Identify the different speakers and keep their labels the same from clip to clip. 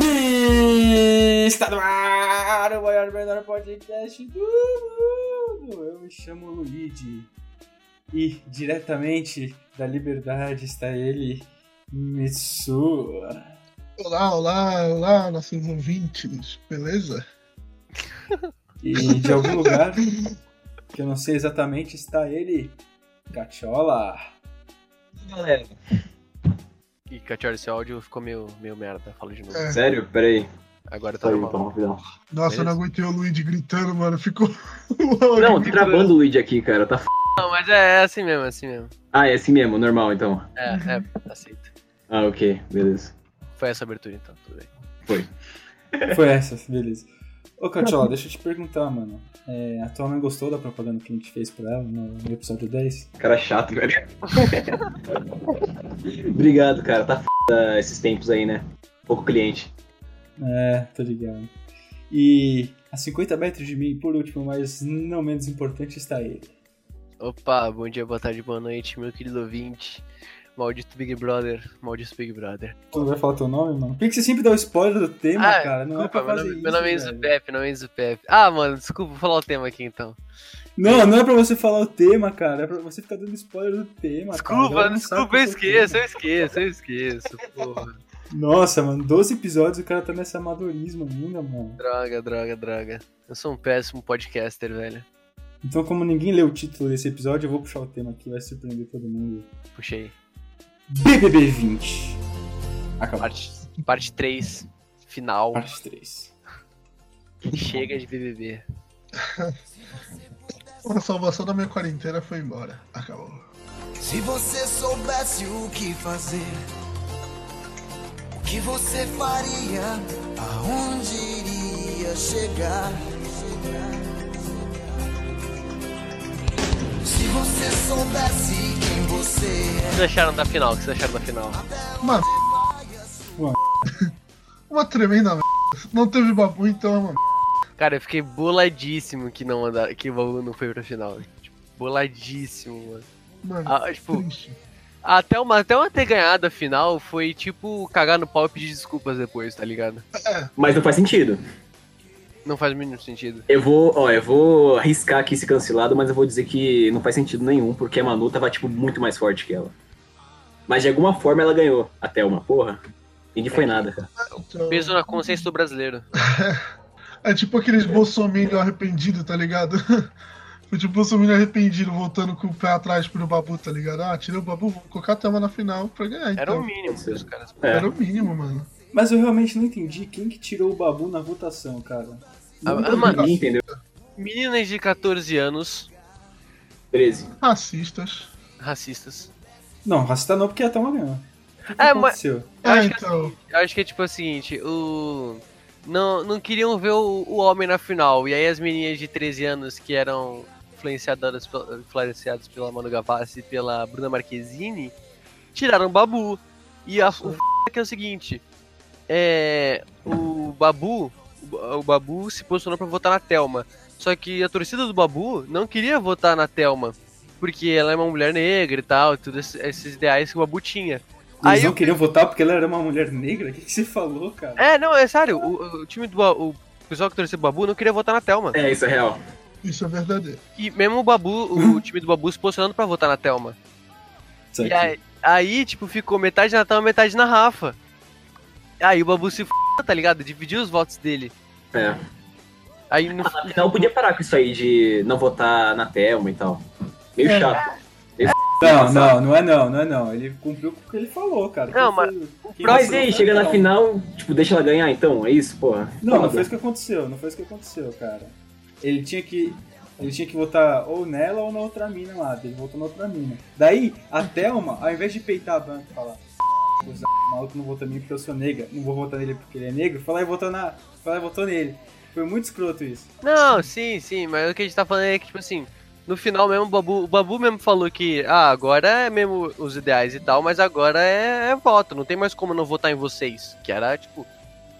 Speaker 1: Hum, Cara, o maior menor podcast do mundo! Eu me chamo Luigi e diretamente da Liberdade está ele, Mitsua.
Speaker 2: Olá, olá, olá, nossos ouvintes, beleza?
Speaker 1: E de algum lugar, que eu não sei exatamente, está ele, Cachola.
Speaker 3: Galera. E Catior, esse áudio ficou meio, meio merda, fala de novo.
Speaker 2: É.
Speaker 4: Sério? Peraí.
Speaker 3: Agora tá
Speaker 4: Tá aí,
Speaker 3: normal.
Speaker 4: então, rapidão.
Speaker 2: Nossa, eu não aguentei o Luigi gritando, mano, ficou. o
Speaker 4: Não,
Speaker 2: áudio-
Speaker 4: travando o Luigi aqui, cara. Tá f...
Speaker 3: Não, mas é, é assim mesmo, é assim mesmo.
Speaker 4: Ah, é assim mesmo, normal então.
Speaker 3: É, é, aceito.
Speaker 4: Ah, ok, beleza.
Speaker 3: Foi essa abertura então, tudo bem.
Speaker 1: Foi essa, beleza. Ô, Cachola, deixa eu te perguntar, mano. É, a tua mãe gostou da propaganda que a gente fez pra ela no no episódio 10?
Speaker 4: Cara chato, velho. Obrigado, cara. Tá f... esses tempos aí, né? Pouco cliente.
Speaker 1: É, tô ligado. E a 50 metros de mim, por último, mas não menos importante, está ele.
Speaker 3: Opa, bom dia, boa tarde, boa noite, meu querido ouvinte. Maldito Big Brother, maldito Big Brother.
Speaker 1: Tu não vai falar teu nome, mano? Por que que você sempre dá o spoiler do tema,
Speaker 3: Ah,
Speaker 1: cara? Não é
Speaker 3: Desculpa,
Speaker 1: pra
Speaker 3: meu
Speaker 1: fazer
Speaker 3: nome,
Speaker 1: isso,
Speaker 3: meu nome é
Speaker 1: velho.
Speaker 3: Zupep, meu nome é Zupep. Ah, mano, desculpa, vou falar o tema aqui então.
Speaker 1: Não, não é pra você falar o tema, cara. É pra você ficar dando spoiler do tema, cara.
Speaker 3: Desculpa,
Speaker 1: Ela não sabe
Speaker 3: desculpa,
Speaker 1: qual é
Speaker 3: eu
Speaker 1: o
Speaker 3: esqueço, eu esqueço, eu esqueço, porra.
Speaker 1: tema. Nossa, mano, 12 episódios e o cara tá nesse amadorismo ainda, mano.
Speaker 3: Droga, droga, droga. Eu sou um péssimo podcaster, velho.
Speaker 1: Então, como ninguém leu o título desse episódio, eu vou puxar o tema aqui, vai surpreender todo mundo.
Speaker 3: Puxei.
Speaker 1: BBB 20. Acabou.
Speaker 3: Parte, parte 3, final.
Speaker 1: Parte 3.
Speaker 3: Chega de BBB.
Speaker 2: A salvação da minha quarentena foi embora. Acabou.
Speaker 5: Se você soubesse o que fazer, o que você faria, aonde iria chegar? Se você soubesse quem você
Speaker 3: O que
Speaker 5: é,
Speaker 3: vocês acharam da final? O que vocês acharam da final?
Speaker 2: Uma.
Speaker 1: Uma
Speaker 2: Uma tremenda merda. Não teve babu, então é uma. merda.
Speaker 3: Cara, eu fiquei boladíssimo que não mandaram, que o Babu não foi pra final. Tipo, boladíssimo, mano.
Speaker 2: Mano,
Speaker 3: Ah, tipo,
Speaker 2: triste.
Speaker 3: até uma, até uma ter ganhado a final foi tipo cagar no pau e pedir desculpas depois, tá ligado?
Speaker 4: Mas não faz sentido.
Speaker 3: Não faz o mínimo sentido.
Speaker 4: Eu vou, ó, eu vou arriscar aqui ser cancelado, mas eu vou dizer que não faz sentido nenhum, porque a Manu tava, tipo, muito mais forte que ela. Mas de alguma forma ela ganhou. Até uma porra. E não foi
Speaker 3: É.
Speaker 4: nada, cara.
Speaker 2: Então,
Speaker 3: Peso na consciência do brasileiro.
Speaker 2: É tipo aqueles bolsominion arrependido, tá ligado? Foi tipo bolsominion arrependido voltando com o pé atrás pro babu, tá ligado? Ah, tirei o babu, vou colocar a tema na final pra ganhar.
Speaker 3: Era um o
Speaker 2: Então.
Speaker 3: mínimo dos caras.
Speaker 4: É.
Speaker 2: Era o mínimo, mano.
Speaker 1: Mas eu realmente não entendi quem que tirou o Babu na votação, cara.
Speaker 3: Ah,
Speaker 1: Não
Speaker 3: ah, mano,
Speaker 4: Ninguém entendeu.
Speaker 3: meninas de 14 anos,
Speaker 4: 13.
Speaker 2: Racistas.
Speaker 3: racistas.
Speaker 1: Não, racista não, porque é a Thelma ganhou. O que
Speaker 3: É, mas-
Speaker 1: aconteceu?
Speaker 3: Eu
Speaker 2: Ah,
Speaker 3: acho que
Speaker 2: então.
Speaker 3: Eu acho que é tipo o seguinte, o. Não, não queriam ver o, o homem na final. E aí as meninas de 13 anos que eram influenciadoras, pel- influenciadas pela Manu Gavassi e pela Bruna Marquezine tiraram o Babu. E a, o f que é o seguinte. É. O Babu. O Babu se posicionou pra votar na Thelma. Só que a torcida do Babu não queria votar na Thelma. Porque ela é uma mulher negra e tal, todos esses- esses ideais que o Babu tinha.
Speaker 1: Eles
Speaker 3: Aí
Speaker 1: não
Speaker 3: eu-
Speaker 1: queriam votar porque ela era uma mulher negra? O que, que você falou, cara?
Speaker 3: É, não, é sério. O, o time do Ba- o pessoal que torceu o Babu não queria votar na Thelma.
Speaker 4: É, isso é real.
Speaker 2: Isso é verdadeiro.
Speaker 3: E mesmo o Babu, o, time do Babu se posicionando pra votar na Thelma.
Speaker 1: Isso
Speaker 3: E
Speaker 1: aqui.
Speaker 3: aí, aí, tipo, ficou metade na Thelma, metade na Rafa. Aí o Babu se f, tá ligado? Dividiu os votos dele.
Speaker 4: É.
Speaker 3: Aí no,
Speaker 4: Afinal, eu podia parar com isso aí de não votar na Thelma e tal. Meio
Speaker 2: É.
Speaker 4: chato.
Speaker 1: Não, não, não é não, não é não. Ele cumpriu com o que ele falou, cara.
Speaker 3: Não,
Speaker 1: Quem foi- quem
Speaker 4: Mas e
Speaker 1: votou
Speaker 4: aí, chega na
Speaker 1: Thelma?
Speaker 4: final, tipo, deixa ela ganhar então, é isso, porra?
Speaker 1: Não, não
Speaker 4: Foda.
Speaker 1: foi isso que aconteceu, não foi isso que aconteceu, cara. Ele tinha que. Ele tinha que votar ou nela ou na outra mina lá. Ele votou na outra mina. Daí, a Thelma, ao invés de peitar a banca e falar, "F- os a- maluco não votou em mim porque eu sou negra, não vou votar nele porque ele é negro, foi lá e votou na. Foi lá e votou nele. Foi muito escroto isso.
Speaker 3: Não, sim, sim, mas o que a gente tá falando é que, tipo assim, no final mesmo, o Babu, o Babu mesmo falou que, ah, agora é mesmo os ideais e tal, mas agora é, é voto, não tem mais como eu não votar em vocês. Que era, tipo,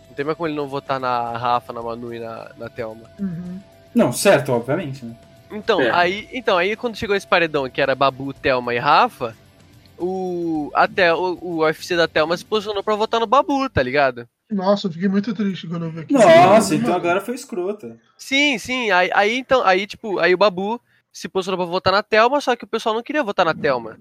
Speaker 3: não tem mais como ele não votar na Rafa, na Manu e na, na Thelma.
Speaker 2: Uhum.
Speaker 1: Não, certo, obviamente, né?
Speaker 3: Então,
Speaker 4: É.
Speaker 3: aí, então, aí quando chegou esse paredão que era Babu, Thelma e Rafa, o, até o, o UFC da Thelma se posicionou pra votar no Babu, tá ligado?
Speaker 2: Nossa, eu fiquei muito triste quando eu vi aquilo.
Speaker 1: Nossa, então agora foi escrota.
Speaker 3: Sim, sim. Aí, aí então, aí tipo, aí o Babu se posicionou pra votar na Thelma, só que o pessoal não queria votar na Thelma.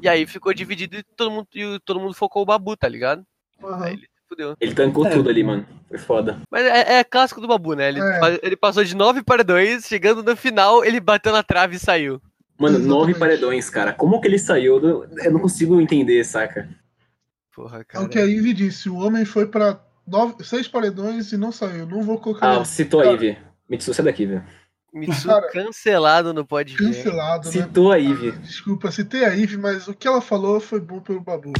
Speaker 3: E aí ficou dividido e todo mundo, e todo mundo focou o Babu, tá ligado?
Speaker 2: Aham.
Speaker 4: é
Speaker 3: Aí ele fudeu.
Speaker 4: Ele tancou
Speaker 1: É.
Speaker 4: tudo ali, mano. Foi foda.
Speaker 3: Mas é, é clássico do Babu, né? Ele,
Speaker 2: É.
Speaker 3: pa- ele passou de 9 para 2, chegando no final, ele bateu na trave e saiu.
Speaker 4: Mano, nove
Speaker 2: Exatamente.
Speaker 4: paredões, cara. Como que ele saiu? do- Eu não consigo entender, saca?
Speaker 3: Porra,
Speaker 2: É
Speaker 3: cara.
Speaker 2: o que a Ivy disse, o homem foi pra nove, seis paredões e não saiu. Não vou colocar
Speaker 4: Ah,
Speaker 2: ele
Speaker 4: citou a Ivy. Me dissocia daqui, velho.
Speaker 3: Mitsu
Speaker 2: Cara.
Speaker 3: cancelado no
Speaker 4: é.
Speaker 3: pode ver.
Speaker 2: cancelado, né?
Speaker 4: Citou a Ivy.
Speaker 2: Desculpa, citei a Ivy, mas o que ela falou foi bom pelo Babu.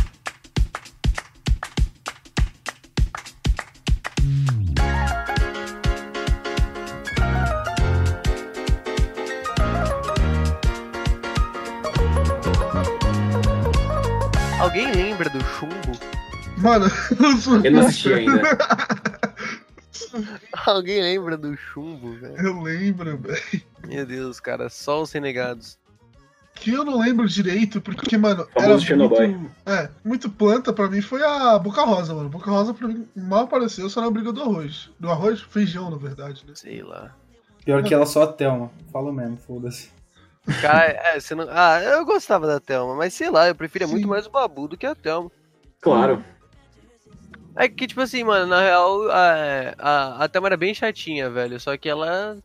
Speaker 3: Alguém lembra do chumbo?
Speaker 2: Mano, eu sou-
Speaker 4: Eu não assisti ainda.
Speaker 3: Alguém lembra do chumbo, velho?
Speaker 2: eu lembro, velho.
Speaker 3: Meu Deus, cara, só os renegados.
Speaker 2: Que eu não lembro direito, porque, mano,
Speaker 4: Famoso Chernobyl.
Speaker 2: muito, é, muito planta pra mim foi a Boca Rosa, mano. Boca Rosa pra mim mal apareceu só na briga do arroz. Do arroz, feijão, na verdade, né?
Speaker 3: Sei lá.
Speaker 1: Pior que ela só a Thelma. Falo mesmo, foda-se.
Speaker 3: Cara, é, você não... Ah, eu gostava da Thelma, mas sei lá, eu preferia
Speaker 2: Sim.
Speaker 3: muito mais o Babu do que a Thelma.
Speaker 4: Claro.
Speaker 3: É que, tipo assim, mano, na real, a, a, a Thelma era bem chatinha, velho. Só que ela.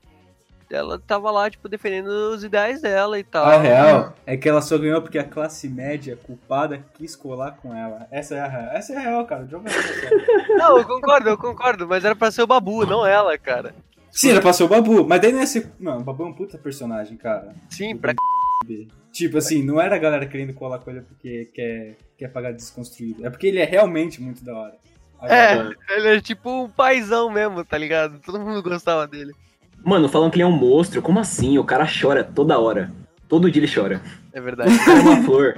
Speaker 3: Ela tava lá, tipo, defendendo os ideais dela e tal.
Speaker 1: A real é que ela só ganhou porque a classe média culpada quis colar com ela. Essa é a real. Essa é a real, cara. Joga essa, cara.
Speaker 3: Não, eu concordo, eu concordo, mas era pra ser o Babu, não ela, cara.
Speaker 1: Sim, ela passou o Babu, mas daí não é ser... Não, o Babu é um puta personagem, cara.
Speaker 3: Sim, pra.
Speaker 1: Tipo assim, não era a galera querendo colar com ele porque quer, quer pagar de desconstruído. É porque ele é realmente muito da hora.
Speaker 3: É,
Speaker 1: Agora,
Speaker 3: ele é tipo um paizão mesmo, tá ligado? Todo mundo gostava dele.
Speaker 4: Mano, falam que ele é um monstro. Como assim? O cara chora toda hora. Todo dia ele chora.
Speaker 3: É verdade.
Speaker 4: O cara é uma flor.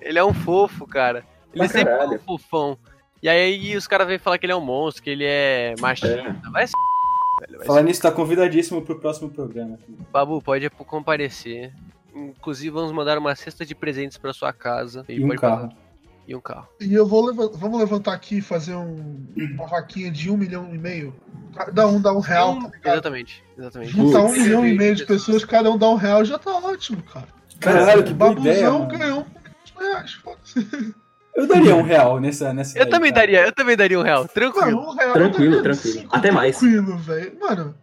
Speaker 3: Ele é um fofo, cara. Ele
Speaker 4: Pra
Speaker 3: sempre foi um
Speaker 4: caralho.
Speaker 3: fofão. E aí os caras vêm falar que ele é um monstro, que ele é machista. Vai se... velho. Vai se...
Speaker 1: Falar nisso, tá convidadíssimo pro próximo programa. filho.
Speaker 3: Babu, pode é comparecer. Inclusive, vamos mandar uma cesta de presentes pra sua casa.
Speaker 1: E um
Speaker 3: pode
Speaker 1: carro.
Speaker 3: mandar- E um carro.
Speaker 2: E eu vou levan- vamos levantar aqui e fazer um- uma vaquinha de um milhão e meio. Dá um, dá um real, tá
Speaker 3: Hum,
Speaker 2: ligado?
Speaker 3: exatamente, exatamente.
Speaker 2: Juntar um
Speaker 4: Putz.
Speaker 2: milhão e meio de pessoas, cada um dá um real, já tá ótimo, cara.
Speaker 1: Caralho, que boa ideia.
Speaker 2: Babuzão
Speaker 1: mano.
Speaker 2: ganhou um milhão de reais, foda-se.
Speaker 1: Eu daria um real nessa. nessa
Speaker 3: Eu
Speaker 1: daí,
Speaker 3: também
Speaker 1: cara.
Speaker 3: daria, eu também daria um real, tranquilo.
Speaker 2: Mano, um real.
Speaker 4: Tranquilo,
Speaker 2: tá vendo?
Speaker 4: tranquilo.
Speaker 2: Cinco,
Speaker 4: Até mais.
Speaker 2: Tranquilo, velho. Mano,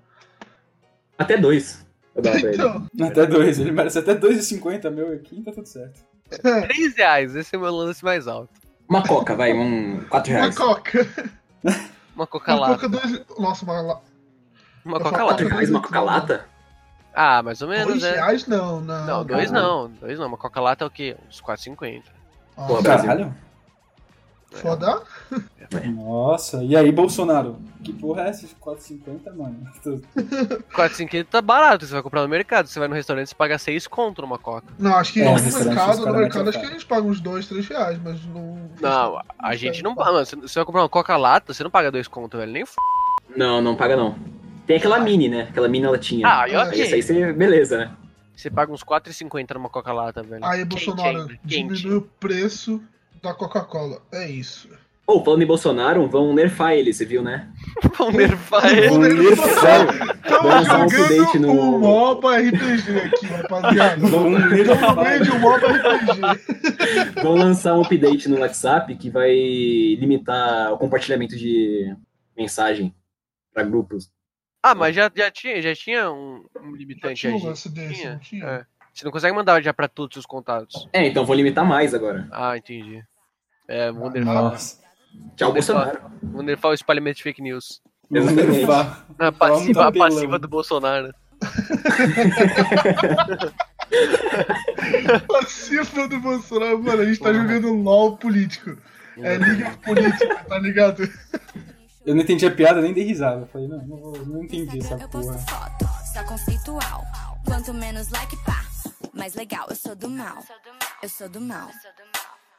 Speaker 4: Até dois. Eu dava pra ele.
Speaker 2: então.
Speaker 1: Até dois, ele merece até 2,50 meu aqui, tá tudo certo.
Speaker 2: É,
Speaker 3: 3 reais, esse é o meu lance mais alto.
Speaker 4: Uma coca, vai. Um, quatro
Speaker 2: uma
Speaker 4: reais.
Speaker 2: coca.
Speaker 3: Uma coca
Speaker 2: Uma
Speaker 3: lata.
Speaker 2: coca dois. Nossa, uma lá.
Speaker 3: Uma
Speaker 2: Uma
Speaker 3: coca
Speaker 4: Quatro
Speaker 3: lata.
Speaker 2: coca-
Speaker 4: reais, uma coca lata?
Speaker 3: Ah, mais ou menos,
Speaker 2: Dois
Speaker 3: né?
Speaker 2: reais não, não.
Speaker 3: Não, dois
Speaker 4: Caralho.
Speaker 3: não. Dois não. Uma coca lata é o quê? Uns 4,50.
Speaker 2: Ah,
Speaker 4: Pô, Brasil.
Speaker 1: Caralho.
Speaker 3: né?
Speaker 2: Foda.
Speaker 1: Nossa, e aí, Bolsonaro? Que porra é essa de 4,50, mano?
Speaker 3: 4,50 tá barato, você vai comprar no mercado. Você vai no restaurante e paga 6 conto numa coca.
Speaker 2: Não, acho que
Speaker 1: É,
Speaker 2: no
Speaker 1: restaurante, os
Speaker 2: mercado, no
Speaker 1: caras
Speaker 2: mercado,
Speaker 1: metem
Speaker 2: acho que
Speaker 1: o
Speaker 2: eles pagam uns dois, três reais, mas não.
Speaker 3: Não, a, a gente não paga. é mano, Você você vai comprar uma coca lata, você não paga 2 conto, velho. Nem f.
Speaker 4: Não, não paga não. Tem aquela mini, né? Aquela mini ela tinha.
Speaker 3: Ah, e
Speaker 2: Ah,
Speaker 4: Aí Isso
Speaker 3: ok.
Speaker 4: aí você. Beleza, né?
Speaker 3: Você paga uns 4,50 numa coca lata, velho.
Speaker 2: Aí,
Speaker 3: Quente
Speaker 2: Bolsonaro,
Speaker 3: ainda, quente.
Speaker 2: diminui o preço da Coca-Cola. É isso.
Speaker 4: Ou falando em Bolsonaro, vão nerfar ele, você viu, né?
Speaker 3: Vão nerfar
Speaker 1: um
Speaker 3: ele.
Speaker 1: Bolsonaro.
Speaker 2: Estamos
Speaker 4: Vamos dar um update
Speaker 2: jogando
Speaker 4: no-
Speaker 2: um MOBA RPG aqui, rapaziada.
Speaker 1: Vamos
Speaker 2: Vende um MOBA RPG.
Speaker 4: Vão lançar um update no WhatsApp que vai limitar o compartilhamento de mensagem pra grupos.
Speaker 3: Ah, mas já, já tinha, já tinha um, um limitante
Speaker 2: Tinha
Speaker 3: aí.
Speaker 2: um lance desse, não tinha?
Speaker 3: É. Você não consegue mandar já pra todos os contatos.
Speaker 4: É, então vou limitar mais agora.
Speaker 3: Ah, entendi. É, vão nerfar.
Speaker 1: Nossa.
Speaker 4: Tchau, Bolsonaro.
Speaker 3: Vão nerfar o espalhamento de fake news.
Speaker 1: Vamos nerfar.
Speaker 3: A
Speaker 1: Vamos
Speaker 3: passiva, a
Speaker 1: tabelão.
Speaker 3: passiva do Bolsonaro.
Speaker 2: A cifra do Bolsonaro, mano, a gente tá jogando LOL político. É liga política, tá ligado?
Speaker 3: É.
Speaker 1: Eu não entendi a piada, nem dei risada. Eu Falei, não, não, vou- não entendi essa
Speaker 6: Instagram eu posto
Speaker 1: porra.
Speaker 6: foto, só conceitual. Quanto menos like, pá. Mais legal, eu sou do mal. Eu sou do mal.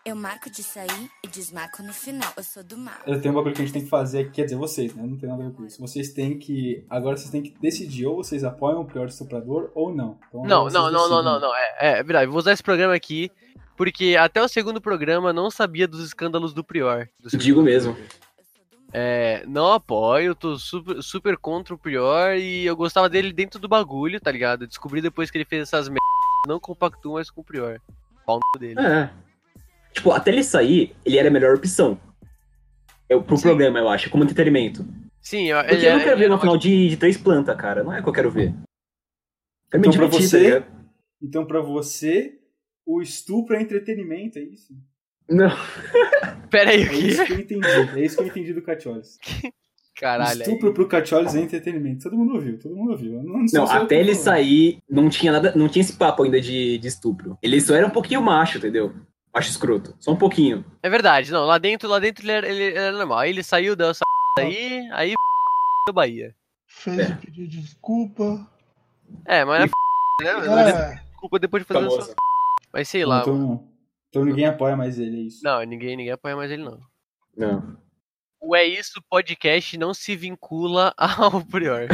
Speaker 6: Eu marco de sair e desmarco no final. Eu sou do mal.
Speaker 1: Eu tenho um bagulho que a gente tem que fazer aqui, quer dizer, vocês, né? Não tem nada a ver com isso. Vocês têm que. Agora vocês têm que decidir ou vocês apoiam o pior estuprador ou não. Então,
Speaker 3: Não,
Speaker 1: vocês
Speaker 3: não, não, não,
Speaker 1: decidem.
Speaker 3: não, não. É, é, é verdade. Vou usar esse programa aqui, porque até o segundo programa não sabia dos escândalos do Prior. Do segundo
Speaker 4: Digo mesmo.
Speaker 6: Eu sou do mal.
Speaker 3: É, não apoio, tô super, super contra o pior e eu gostava dele dentro do bagulho, tá ligado? Descobri depois que ele fez essas merdas, não compactuo mais com o pior. Pau no cu dele.
Speaker 4: É. Tipo, até ele sair, ele era a melhor opção. Eu, pro
Speaker 3: Sim.
Speaker 4: programa, eu acho, como entretenimento.
Speaker 3: Sim, eu,
Speaker 4: Porque
Speaker 3: ele é-
Speaker 4: eu não
Speaker 3: era-
Speaker 4: quero ver
Speaker 3: ele
Speaker 4: uma
Speaker 3: era
Speaker 4: final de, de três plantas, cara. Não é que eu quero ver.
Speaker 2: É
Speaker 4: Quero me
Speaker 1: Então, pra
Speaker 4: divertir,
Speaker 1: você-
Speaker 4: tá ligado?
Speaker 2: né?
Speaker 1: Então, pra você, o estupro é entretenimento, é isso?
Speaker 4: Não.
Speaker 3: uma- Pera aí, o
Speaker 1: É isso
Speaker 3: quê?
Speaker 1: que eu entendi. É isso que eu entendi do Cacholis.
Speaker 3: Caralho. aí.
Speaker 1: Estupro pro Cacholis é entretenimento. Todo mundo ouviu, todo mundo ouviu. Eu Não, não sei
Speaker 4: Não,
Speaker 1: se eu
Speaker 4: até
Speaker 1: tô
Speaker 4: ele
Speaker 1: falando.
Speaker 4: sair, não tinha nada, não tinha esse papo ainda de, de estupro. Ele só era um pouquinho macho, entendeu? Macho escroto. Só um pouquinho.
Speaker 3: É verdade, não, lá dentro, lá dentro ele era, ele era normal. Aí ele saiu dessa aí, aí f- do Bahia.
Speaker 2: Fez
Speaker 4: É.
Speaker 2: o pedido de desculpa.
Speaker 3: É, mas
Speaker 4: E
Speaker 3: é f- né? Tá Não deu
Speaker 2: É,
Speaker 3: desculpa depois de fazer
Speaker 4: Famosa.
Speaker 3: essa. Mas sei lá. mano.
Speaker 1: Então, então ninguém apoia mais ele, é isso.
Speaker 3: Não, ninguém, ninguém apoia mais ele, não.
Speaker 4: Não.
Speaker 3: O É Isso Podcast não se vincula ao Prior.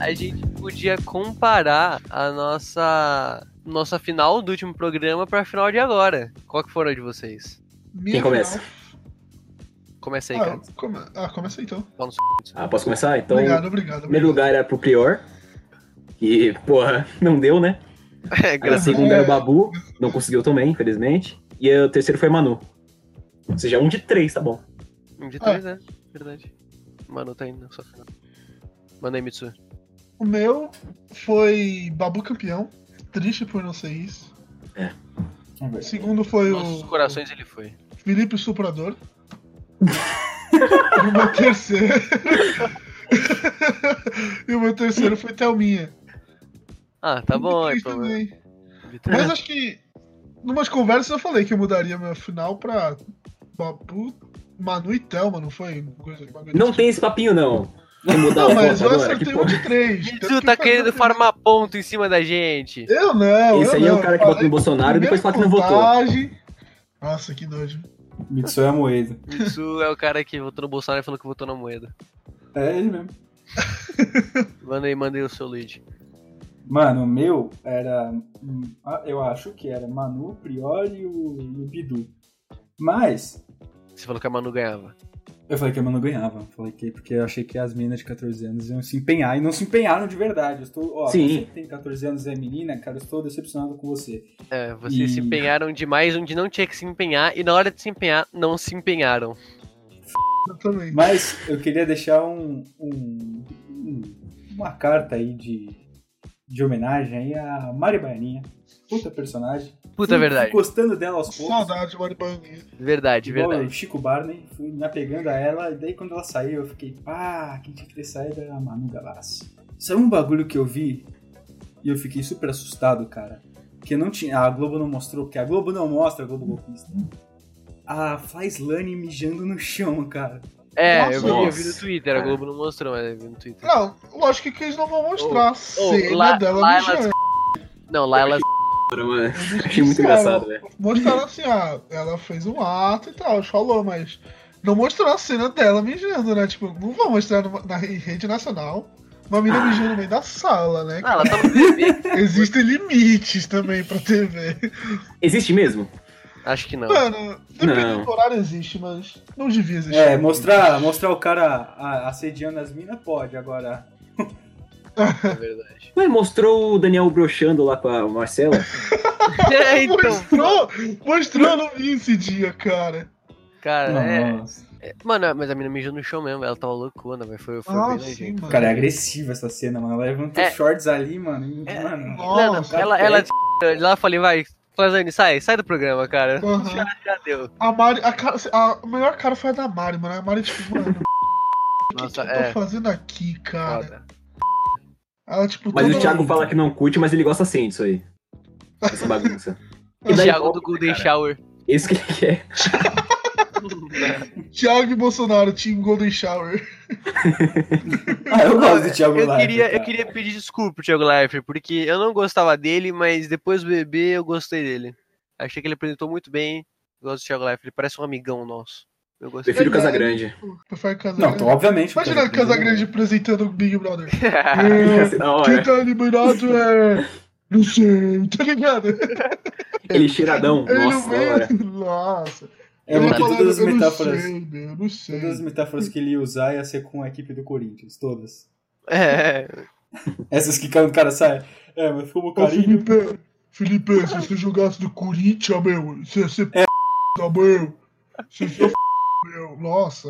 Speaker 3: A gente podia comparar a nossa nossa final do último programa pra final de agora. Qual que foram a de vocês?
Speaker 2: minha
Speaker 4: Quem começa?
Speaker 2: final.
Speaker 3: Começa aí,
Speaker 2: Ah,
Speaker 3: cara.
Speaker 2: eu come... ah, começa então.
Speaker 4: Ah, posso começar? Então,
Speaker 2: obrigado, obrigado.
Speaker 4: primeiro lugar era pro Prior. E, porra, não deu, né?
Speaker 3: É,
Speaker 4: Aí o
Speaker 3: graças
Speaker 4: segundo era o
Speaker 2: É.
Speaker 4: Babu. Não conseguiu também, infelizmente. E o terceiro foi Manu. Ou seja, um de três, tá bom.
Speaker 3: Um de
Speaker 2: ah.
Speaker 3: três, né? Verdade. Mano, tá indo na sua final. Manda aí, Mitsu.
Speaker 2: O meu foi Babu campeão. Triste por não ser isso.
Speaker 1: Vamos
Speaker 2: O
Speaker 1: ver.
Speaker 2: segundo foi
Speaker 3: Nossos
Speaker 2: o
Speaker 3: corações ele foi.
Speaker 2: Felipe Suprador. e o meu terceiro. e o meu terceiro foi Thelminha.
Speaker 3: Ah, tá
Speaker 2: Muito
Speaker 3: bom, é
Speaker 2: triste
Speaker 3: problema.
Speaker 2: também.
Speaker 3: Vitor.
Speaker 2: Mas acho que numas conversas eu falei que eu mudaria meu final pra Babu, Manu e Thelma, não foi? Coisa- bagulho
Speaker 4: Não
Speaker 2: desse
Speaker 4: tem esse papinho, não. Quer mudar
Speaker 2: Não,
Speaker 4: o
Speaker 2: mas eu
Speaker 4: voto agora? Que
Speaker 2: acertei um
Speaker 4: porra.
Speaker 2: de três. tanto
Speaker 3: Mitsu
Speaker 2: que
Speaker 3: tá
Speaker 2: eu
Speaker 3: querendo
Speaker 2: falei-
Speaker 3: farmar ponto em cima da gente.
Speaker 2: Eu não,
Speaker 4: Esse
Speaker 2: eu
Speaker 4: aí é
Speaker 2: não.
Speaker 4: o cara que
Speaker 2: Falei
Speaker 4: vota no Bolsonaro e depois fala que não votou.
Speaker 2: contagem. Nossa, que nojo.
Speaker 1: Mitsui é a moeda.
Speaker 3: Mitsu é o cara que votou no Bolsonaro e falou que votou na moeda.
Speaker 1: É ele mesmo.
Speaker 3: Manda aí, manda aí o seu lead.
Speaker 1: Mano, o meu era. hum, ah, Eu acho que era Manu, Prior e o, e o Bidu. Mas.
Speaker 3: Você falou que a Manu ganhava.
Speaker 1: Eu falei que a Manu ganhava. Falei que porque eu achei que as meninas de 14 anos iam se empenhar e não se empenharam de verdade. Eu estou, ó,
Speaker 4: Sim.
Speaker 1: você que tem 14 anos e é menina, cara, eu estou decepcionado com você.
Speaker 3: É, vocês
Speaker 1: Ih.
Speaker 3: se empenharam demais onde não tinha que se empenhar e na hora de se empenhar, não se empenharam.
Speaker 2: Eu também.
Speaker 1: Mas eu queria deixar um, um- um- uma carta aí de, de homenagem aí a Mari Baianinha. Puta personagem.
Speaker 3: Puta
Speaker 1: Fui-
Speaker 3: verdade.
Speaker 1: fui Gostando dela aos poucos.
Speaker 2: Saudade, Mari Baianinha.
Speaker 3: Verdade,
Speaker 1: Igual
Speaker 3: verdade.
Speaker 1: o Chico Barney, fui me apegando a ela, e daí quando ela saiu, eu fiquei, pá, quem tinha que ter saído era a Manu Gavassi. Saiu um bagulho que eu vi e eu fiquei super assustado, cara. Que não tinha. A Globo não mostrou, porque a Globo não mostra, a Globo golpista. A Flyslane mijando no chão, cara.
Speaker 3: É, eu vi, eu
Speaker 4: Nossa.
Speaker 3: vi no Twitter, a Globo não mostrou, mas eu vi no Twitter.
Speaker 2: Não, lógico que eles não vão mostrar. a cena
Speaker 3: lá-
Speaker 2: dela
Speaker 3: lá
Speaker 2: no
Speaker 3: elas-
Speaker 2: chão.
Speaker 3: Não, lá elas.
Speaker 4: Mano,
Speaker 2: Eles não
Speaker 4: achei muito
Speaker 2: disseram.
Speaker 4: engraçado, né? velho.
Speaker 2: Mostraram assim, ah, ela fez um ato e tal, falou, mas não mostrou a cena dela mijando, né? Tipo, não vão mostrar numa- na re- rede nacional uma mina mijando no meio da sala, né?
Speaker 3: Ah, ela tá no TV.
Speaker 2: Existem limites também pra TV.
Speaker 4: Existe mesmo?
Speaker 3: Acho que não.
Speaker 2: Mano, dependendo
Speaker 4: Não.
Speaker 2: do horário existe, mas não devia existir.
Speaker 1: É, mostrar, mostrar o cara a- assediando as minas pode, agora.
Speaker 3: É verdade.
Speaker 4: Ué, mostrou o Daniel broxando lá com a Marcela?
Speaker 3: É, então.
Speaker 2: Mostrou, mostrou, eu não vi esse dia, cara.
Speaker 3: Cara, é,
Speaker 1: Nossa.
Speaker 3: é- Mano, mas a mina mijou no chão mesmo, ela tava loucona, velho. Foi, foi
Speaker 2: Ah,
Speaker 3: bem
Speaker 2: sim,
Speaker 3: nojento.
Speaker 2: mano.
Speaker 1: Cara, é agressiva essa cena, mano. Ela levanta
Speaker 3: É.
Speaker 1: os shorts ali, mano. e,
Speaker 3: É.
Speaker 1: mano.
Speaker 3: Mano,
Speaker 2: Nossa.
Speaker 3: ela, ela, ela falei, vai, Flasane, sai, sai do programa, cara.
Speaker 2: Aham.
Speaker 3: Já, já deu.
Speaker 2: A Mari, a, cara, a melhor cara foi a da Mari, mano. A Mari, tipo, mano, o que
Speaker 3: Nossa,
Speaker 2: eu tô
Speaker 3: é.
Speaker 2: fazendo aqui, cara?
Speaker 3: Foda.
Speaker 2: Ela, tipo,
Speaker 4: Mas o
Speaker 2: toda-
Speaker 4: Thiago fala que não curte, mas ele gosta sim disso aí. Essa bagunça. E daí,
Speaker 3: Thiago do Golden Shower.
Speaker 4: Esse que ele quer.
Speaker 2: Thiago e Bolsonaro, Team Golden Shower.
Speaker 1: Ah, eu gosto do Thiago
Speaker 3: Eu
Speaker 1: Leifert,
Speaker 3: queria, eu
Speaker 1: cara.
Speaker 3: queria pedir desculpa pro Thiago Leifert, porque eu não gostava dele, mas depois do bebê eu gostei dele. Achei que ele apresentou muito bem. Gosto do Thiago Leifert, ele parece um amigão nosso. Eu gostei.
Speaker 4: Prefiro o
Speaker 2: Verdade.
Speaker 4: Casagrande.
Speaker 2: Prefere Casagrande.
Speaker 1: Não, então, obviamente.
Speaker 2: Imagina
Speaker 3: É,
Speaker 2: o Casagrande apresentando o Big Brother.
Speaker 4: Ia ser é da
Speaker 2: É, Quem
Speaker 4: hora.
Speaker 2: tá eliminado é Não sei, tá ligado?
Speaker 4: Ele cheiradão.
Speaker 2: Ele não
Speaker 4: Nossa, da hora.
Speaker 2: vem- Nossa.
Speaker 1: É
Speaker 2: Ele
Speaker 1: porque
Speaker 2: falando,
Speaker 1: todas as
Speaker 2: eu não
Speaker 1: metáforas.
Speaker 2: sei, meu, eu não sei.
Speaker 1: Todas as metáforas que ele ia usar ia ser com a equipe do Corinthians, todas.
Speaker 3: É,
Speaker 1: Essas que o cara sai. É, mas como o
Speaker 2: Ô,
Speaker 1: carinho.
Speaker 2: Felipe, Felipe, se você jogasse do Corinthians, meu, você ia
Speaker 3: É.
Speaker 2: ser p***, meu. Você ia ser p***, meu. Nossa.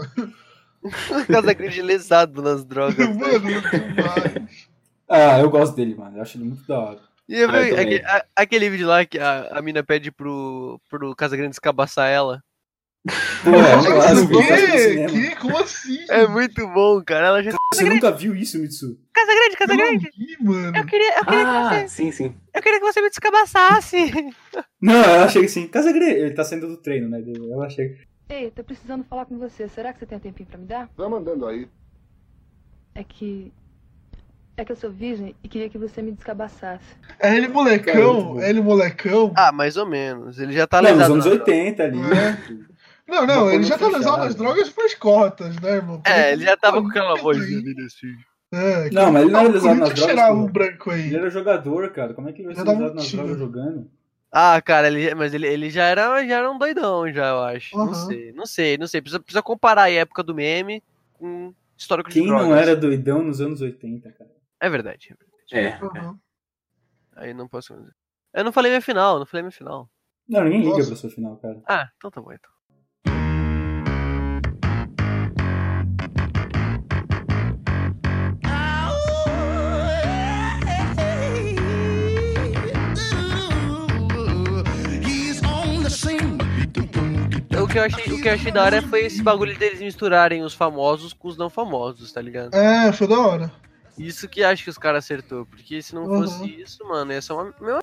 Speaker 3: por causa da crise lesado nas drogas. né?
Speaker 2: Mano, demais.
Speaker 1: Ah, eu gosto dele, mano. Eu acho ele muito da hora.
Speaker 3: E eu
Speaker 4: Ah, eu
Speaker 3: vi
Speaker 4: também.
Speaker 3: aque- a- aquele vídeo lá que a, a mina pede pro, pro Casagrande escabaçar ela.
Speaker 1: Pô, é um clássico,
Speaker 2: Nossa,
Speaker 1: um clássico do
Speaker 2: que?
Speaker 1: cinema.
Speaker 2: Que? Como assim?
Speaker 3: É muito bom, cara. Ela já.
Speaker 1: Você nunca viu isso, Mitsu?
Speaker 3: Casagrande,
Speaker 2: Eu não
Speaker 3: Casagrande!
Speaker 2: vi, mano.
Speaker 3: Eu queria, eu, queria que
Speaker 4: Ah,
Speaker 3: você,
Speaker 4: sim, sim.
Speaker 3: eu queria que você me descabaçasse.
Speaker 1: Não, ela chega assim, Casagrande. Ele tá saindo do treino, né? Ela chega.
Speaker 7: Ei, tô precisando falar com você. Será que você tem um tempinho pra me dar?
Speaker 8: Tá mandando aí.
Speaker 7: É que. É que eu sou virgem e queria que você me descabaçasse.
Speaker 2: É
Speaker 1: Cara,
Speaker 2: ele
Speaker 1: muito
Speaker 2: molecão,
Speaker 1: bom.
Speaker 2: é ele molecão.
Speaker 3: Ah, mais ou menos. Ele já tá
Speaker 1: Não, nos
Speaker 3: lesado.
Speaker 1: anos né?
Speaker 3: nas
Speaker 1: 80 ali.
Speaker 3: Ah.
Speaker 1: né?
Speaker 2: Não,
Speaker 1: Mas
Speaker 2: não, ele
Speaker 1: quando
Speaker 2: já tá
Speaker 1: fechar,
Speaker 2: lesado nas
Speaker 1: né?
Speaker 2: drogas pras cotas, né, irmão?
Speaker 3: drogas. É, ele já tava com aquela
Speaker 2: Sim.
Speaker 3: voz dele assim.
Speaker 2: É,
Speaker 1: Não, mas ele não era
Speaker 2: o
Speaker 1: lesado nas
Speaker 2: Corinthians cheirar um
Speaker 1: drogas. pô.
Speaker 2: branco
Speaker 1: Ele
Speaker 2: aí.
Speaker 1: era jogador, cara. Como é que ele vai
Speaker 2: Já
Speaker 1: ser
Speaker 2: dava
Speaker 1: lesado
Speaker 2: um
Speaker 1: nas
Speaker 2: tiro.
Speaker 1: drogas jogando?
Speaker 3: Ah, cara, ele, mas ele, ele já, era, já era um doidão, já, eu acho. Não
Speaker 2: Aham.
Speaker 3: sei, não sei, não sei. Precisa, precisa comparar aí a época do meme com histórico
Speaker 1: Quem
Speaker 3: de drogas.
Speaker 1: não era doidão nos anos 80, cara?
Speaker 3: É verdade.
Speaker 4: É.
Speaker 2: Aham.
Speaker 3: Aí não posso dizer. Eu não falei minha final, não falei minha final.
Speaker 1: Não, ninguém liga
Speaker 2: Nossa.
Speaker 1: pra sua final, cara.
Speaker 3: Ah, então tá bom, então.
Speaker 5: He's on the scene.
Speaker 3: O que, eu achei, o que eu achei da hora foi esse bagulho deles misturarem os famosos com os não famosos, tá ligado?
Speaker 2: É, foi da hora.
Speaker 3: Isso que acho que os caras acertou, porque se não
Speaker 2: Uhum.
Speaker 3: fosse isso, mano, ia ser uma mesma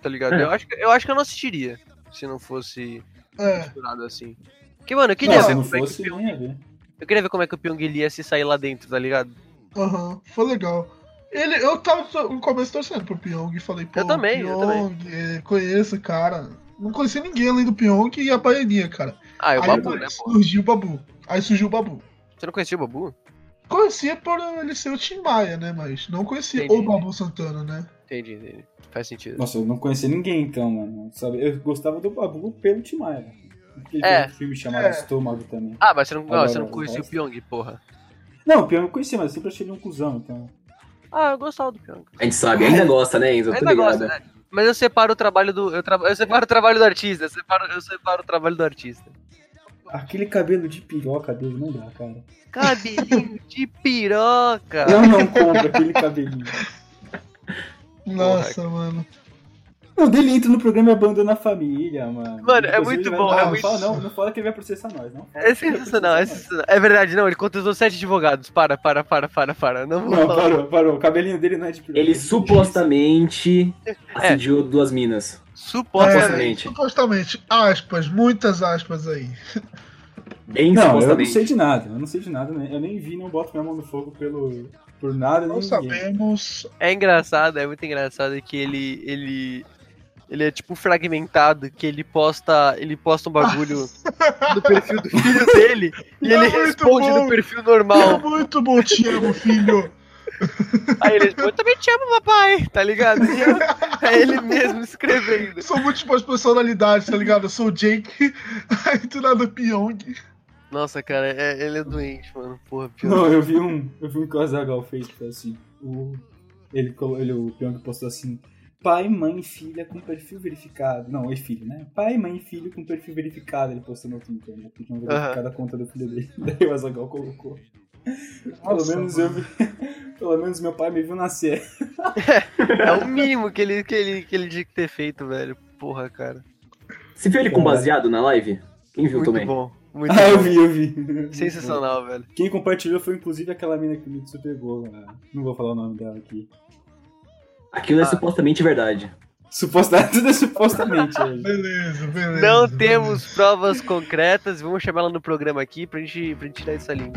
Speaker 3: tá ligado?
Speaker 1: É.
Speaker 3: Eu acho, que- eu acho que eu não assistiria se não fosse
Speaker 2: É.
Speaker 3: misturado assim. Porque, mano, eu queria,
Speaker 1: Não, se
Speaker 3: ver,
Speaker 1: não
Speaker 3: como é que o
Speaker 1: fosse,
Speaker 3: Pyong-
Speaker 1: não ia ver.
Speaker 3: eu queria ver como é que o Pyong Lee ia se sair lá dentro, tá ligado?
Speaker 2: Aham, foi legal. Ele, eu tava to- no começo torcendo pro Pyong e falei, pô,
Speaker 3: Eu também, eu
Speaker 2: Pyong, é, conheço, cara. Não conhecia ninguém além do Pyong e a Baianinha, cara.
Speaker 3: Ah, e o
Speaker 2: Aí
Speaker 3: Babu,
Speaker 2: mano,
Speaker 3: né, pô?
Speaker 2: surgiu o Babu. Aí surgiu o Babu.
Speaker 3: Você não conhecia o Babu?
Speaker 2: Conhecia por eh, ele ser o Tim Maia, né? Mas não conhecia
Speaker 3: Entendi.
Speaker 2: o Babu Santana, né?
Speaker 3: Entendi, entendi. Faz sentido.
Speaker 1: Nossa, eu não conhecia ninguém então, mano. Sabe? Eu gostava do Babu pelo Tim Maia. Ele
Speaker 3: É.
Speaker 1: fez um filme chamado
Speaker 2: É.
Speaker 1: Estômago também.
Speaker 3: Ah, mas você não, não,
Speaker 1: Agora,
Speaker 3: você não
Speaker 1: o
Speaker 3: conhecia o
Speaker 1: resto?
Speaker 3: Pyong, porra.
Speaker 1: Não, pior eu conhecia, mas eu sempre achei ele um cuzão, então.
Speaker 3: Ah, eu gostava do Pyong.
Speaker 4: A gente sabe, ainda gosta, né, Enzo? Eu tô
Speaker 3: Ainda
Speaker 4: ligado.
Speaker 3: gosto, né? Mas eu separo o trabalho do. Eu, traba- eu separo o trabalho do artista. Eu separo, eu separo o trabalho do artista.
Speaker 1: Aquele cabelo de piroca dele não dá, cara.
Speaker 3: Cabelinho de piroca!
Speaker 1: Eu não compro aquele cabelinho.
Speaker 2: Nossa, mano.
Speaker 1: Não, dele entra no programa e abandona a família, mano.
Speaker 3: Mano, é
Speaker 1: Inclusive,
Speaker 3: muito
Speaker 1: ele
Speaker 3: bom,
Speaker 1: vai-
Speaker 2: é
Speaker 1: não,
Speaker 2: muito-
Speaker 1: Fala, não, não fala que ele vai processar nós, não.
Speaker 3: É sensacional, é sensacional. É verdade, não, ele contratou sete advogados. Para, para, para, para, para. Não vou
Speaker 1: Não,
Speaker 3: falar.
Speaker 1: parou, parou. O cabelinho dele não é de piroca.
Speaker 4: Ele supostamente
Speaker 3: É.
Speaker 4: assediou duas minas.
Speaker 3: Supostamente.
Speaker 4: Supostamente.
Speaker 2: É, Supostamente, aspas, muitas aspas aí.
Speaker 4: Bem
Speaker 1: Não, eu não
Speaker 4: supostamente.
Speaker 1: sei de nada. Eu não sei de nada, né? Eu nem vi, não boto minha mão no fogo pelo... Por nada, nem
Speaker 2: Não
Speaker 1: ninguém.
Speaker 2: sabemos.
Speaker 3: É engraçado, é muito engraçado que ele. ele. Ele é tipo fragmentado, que ele posta. Ele posta um bagulho no perfil do filho dele e
Speaker 2: É
Speaker 3: ele
Speaker 2: muito
Speaker 3: responde
Speaker 2: bom.
Speaker 3: no perfil normal.
Speaker 2: Muito bom, te amo, filho.
Speaker 3: Aí ele responde, também te amo, papai, tá ligado? E eu- é ele mesmo escrevendo.
Speaker 2: São múltiplas personalidades, tá ligado? Eu sou o Jake, aí do nada o Pyong.
Speaker 3: Nossa, cara, é- ele é doente, mano. Porra, pior.
Speaker 1: Não, eu vi um, eu vi um que o Azaghal fez, tipo assim, o, ele, colo- ele, o Pyong postou assim, pai, mãe, filha com perfil verificado, não, e filho, né? Pai, mãe, filho com perfil verificado, ele postou no Twitter, né? Porque tinham verificado a conta do filho dele, daí o Azaghal colocou. pelo
Speaker 2: Nossa,
Speaker 1: menos
Speaker 2: mano.
Speaker 1: eu vi, pelo menos meu pai me viu nascer.
Speaker 3: É o mínimo que ele, que, ele, que ele tinha que ter feito, velho. Porra, cara.
Speaker 4: Você viu ele com baseado na live? Quem viu
Speaker 3: Muito
Speaker 4: também?
Speaker 3: bom. Muito
Speaker 1: Ah, eu
Speaker 3: bom.
Speaker 1: vi, eu vi.
Speaker 3: Sensacional, velho.
Speaker 1: Quem compartilhou foi inclusive aquela mina que o Mitsu pegou, lá. não vou falar o nome dela aqui.
Speaker 4: Aquilo é
Speaker 3: Ah.
Speaker 4: supostamente verdade.
Speaker 1: Supostamente, tudo é supostamente. né? hoje.
Speaker 2: Beleza, beleza.
Speaker 3: Não
Speaker 2: beleza.
Speaker 3: temos provas concretas, vamos chamar ela no programa aqui pra gente, pra gente tirar isso ali.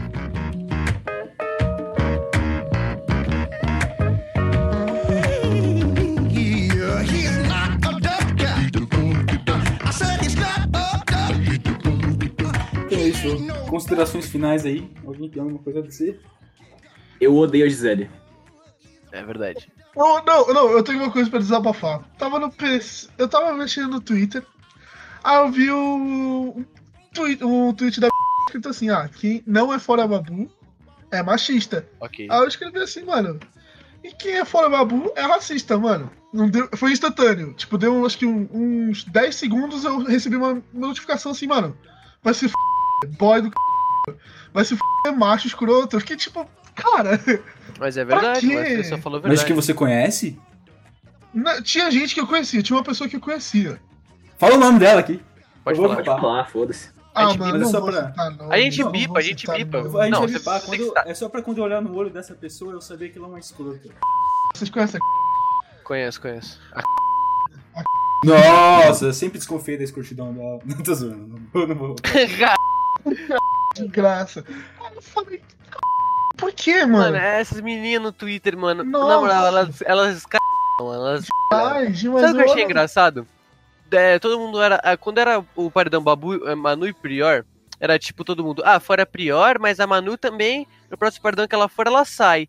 Speaker 5: Yeah, he's not a duck cat. I said he's not a duck.
Speaker 1: Então é isso, considerações finais aí, alguém tem alguma coisa a dizer?
Speaker 4: Eu odeio a Gisele.
Speaker 3: É verdade.
Speaker 2: Não, não, não, eu tenho uma coisa pra desabafar. Tava no PC, eu tava mexendo no Twitter, aí eu vi o, tweet, um tweet da escrito assim, ah, quem não é fora babu é machista.
Speaker 3: Ok.
Speaker 2: Aí eu escrevi assim, mano, e quem é fora babu é racista, mano. Não deu, foi instantâneo, tipo, deu acho que um- uns 10 segundos eu recebi uma notificação assim, mano, vai se f... boy do c... vai se f... é macho escroto. Eu fiquei tipo, cara...
Speaker 3: Mas é
Speaker 2: Pra
Speaker 3: verdade,
Speaker 2: quê?
Speaker 3: mas a pessoa falou a
Speaker 1: Mas
Speaker 3: verdade.
Speaker 1: que você conhece?
Speaker 2: Na- tinha gente que eu conhecia, tinha uma pessoa que eu conhecia.
Speaker 1: Fala o nome dela aqui.
Speaker 3: Pode
Speaker 1: eu vou-
Speaker 3: falar.
Speaker 4: Pode falar, foda-se.
Speaker 2: Ah,
Speaker 3: gente
Speaker 2: mano,
Speaker 1: bipa.
Speaker 2: não
Speaker 1: Só
Speaker 2: vou
Speaker 1: pra-
Speaker 2: citar nome,
Speaker 3: A gente
Speaker 2: não
Speaker 3: bipa,
Speaker 2: vou
Speaker 3: a gente
Speaker 2: citar
Speaker 3: bipa.
Speaker 2: nome.
Speaker 1: A gente
Speaker 3: Não,
Speaker 1: vai
Speaker 3: você-
Speaker 1: falar
Speaker 3: você
Speaker 1: quando-
Speaker 3: tem que estar-
Speaker 1: É só pra quando eu olhar no olho dessa pessoa eu saber que ela é uma escrota.
Speaker 2: Vocês conhecem
Speaker 3: Conheço, conheço. A
Speaker 1: Nossa, eu sempre desconfiei da escrotidão dela. Não tô zoando, não vou. Não vou.
Speaker 2: a graça. Aí eu falei, por que, mano?
Speaker 3: Mano, é essas meninas no Twitter, mano. Na
Speaker 2: Nossa.
Speaker 3: moral, elas. Elas. c******, elas...
Speaker 2: Ai, mas
Speaker 3: Sabe o que eu achei
Speaker 2: olha-
Speaker 3: engraçado? É, todo mundo era. ah, Quando era o paredão Babu, eh, Manu e Prior, era tipo todo mundo. Ah, fora Prior, mas a Manu também. No próximo paredão que ela for, ela sai.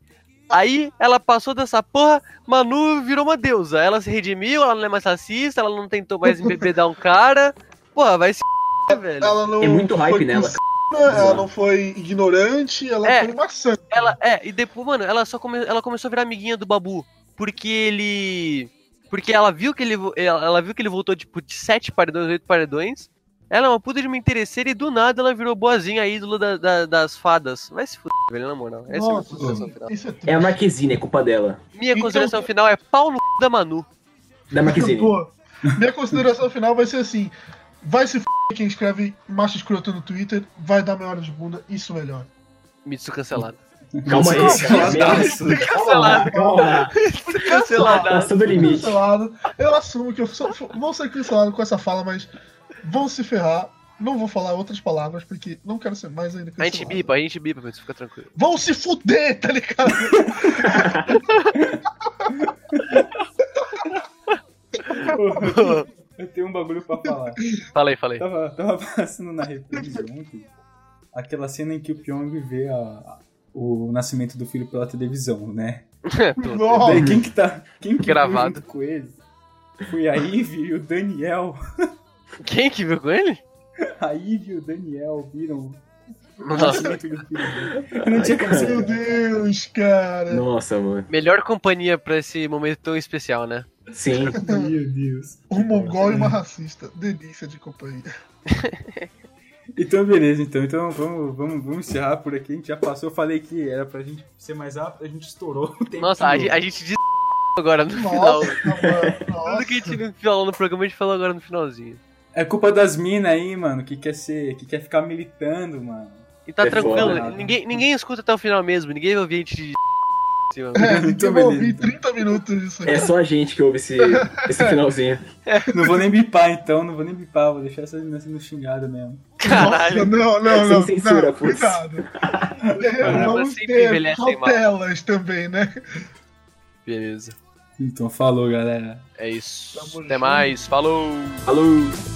Speaker 3: Aí ela passou dessa porra, Manu virou uma deusa. Ela se redimiu, ela não é mais racista, ela não tentou mais embebedar um cara. Porra, vai se. f***, velho.
Speaker 2: Ela não
Speaker 4: É muito hype
Speaker 2: foi
Speaker 4: nela,
Speaker 2: piscina, Ela não foi ignorante, ela
Speaker 3: É.
Speaker 2: foi maçante.
Speaker 3: Ela, é, e depois, mano, ela só come, ela começou a virar amiguinha do Babu. Porque ele. Porque ela viu que ele. vo- Ela, ela viu que ele voltou, tipo, de sete paredões, oito paredões. Ela é uma puta de uma interesseira e do nada ela virou boazinha, a ídola da- da- das fadas. Vai se fuder, velho, na moral. Essa é a minha
Speaker 2: Nossa,
Speaker 3: consideração final.
Speaker 2: isso é
Speaker 4: É a
Speaker 2: triste.
Speaker 4: Marquezine, é culpa dela.
Speaker 3: Minha
Speaker 2: Então-
Speaker 3: consideração final é pau no c... da Manu.
Speaker 4: Da Marquezine.
Speaker 2: Boa. Minha consideração final vai ser assim: vai se f quem escreve macho escroto no Twitter, vai dar meia hora de bunda, isso melhor.
Speaker 3: Mitsu cancelado.
Speaker 4: Calma aí,
Speaker 1: Nossa,
Speaker 4: calma aí.
Speaker 1: nossa.
Speaker 3: Cancelado.
Speaker 4: Calma lá.
Speaker 3: Cancelado.
Speaker 4: Passando o limite.
Speaker 2: Cancelado. Eu assumo que eu sou, vou ser cancelado com essa fala, mas vão se ferrar. Não vou falar outras palavras, porque não quero ser mais ainda
Speaker 3: A gente
Speaker 2: cancelado.
Speaker 3: bipa, a gente bipa, mas fica tranquilo.
Speaker 2: Vão se fuder, tá ligado?
Speaker 1: Eu tenho um bagulho pra falar.
Speaker 3: Falei, falei.
Speaker 1: Tava, tava passando na reprise ontem aquela cena em que o Pyong vê a- a- o nascimento do filho pela televisão, né? Daí quem que tá. Quem que viu
Speaker 3: Gravado.
Speaker 1: junto com ele? Foi a Ivy e o Daniel.
Speaker 3: Quem que viu com ele?
Speaker 1: A Ivy e o Daniel viram o
Speaker 3: Nossa.
Speaker 1: nascimento do filho dele. Eu não tinha como
Speaker 2: Meu
Speaker 1: ser.
Speaker 2: Deus, cara.
Speaker 4: Nossa, mano.
Speaker 3: Melhor companhia pra esse momento tão especial, né?
Speaker 4: Sim.
Speaker 1: Meu Deus.
Speaker 2: Um mongol e uma racista. Delícia de companhia.
Speaker 1: Então, beleza, então. Então vamos, vamos, vamos encerrar por aqui. A gente já passou. Eu falei que era pra gente ser mais rápido, a gente estourou o tempo.
Speaker 3: Nossa, a,
Speaker 1: todo.
Speaker 3: gen- a gente diz agora no final.
Speaker 2: Nossa, mano.
Speaker 3: Tudo que a
Speaker 2: Nossa.
Speaker 3: gente não falou no programa, a gente falou agora no finalzinho.
Speaker 1: É culpa das minas aí, mano, que quer ser. que quer ficar militando, mano.
Speaker 3: E tá
Speaker 4: É
Speaker 3: tranquilo,
Speaker 1: foda.
Speaker 3: ninguém, ninguém escuta até o final mesmo, ninguém vai ouvir a gente de cima.
Speaker 2: É,
Speaker 1: Muito
Speaker 2: eu ouvi
Speaker 1: beleza.
Speaker 2: 30 minutos disso
Speaker 4: É
Speaker 2: aqui.
Speaker 4: só a gente que ouve esse, esse finalzinho.
Speaker 1: Não vou nem bipar então, não vou nem bipar, vou deixar essas meninas sendo xingadas mesmo.
Speaker 2: Nossa,
Speaker 3: Caralho.
Speaker 2: não, não,
Speaker 4: Sem
Speaker 2: não.
Speaker 4: censura,
Speaker 2: não,
Speaker 4: putz.
Speaker 2: cuidado. É,
Speaker 3: Caramba,
Speaker 2: vamos
Speaker 3: sempre
Speaker 2: ter
Speaker 3: envelhecem mal.
Speaker 2: cautelas também, né?
Speaker 3: Beleza.
Speaker 1: Então, falou, galera.
Speaker 3: É isso.
Speaker 2: Tamo
Speaker 3: Até
Speaker 2: junto.
Speaker 3: mais. Falou!
Speaker 4: Falou!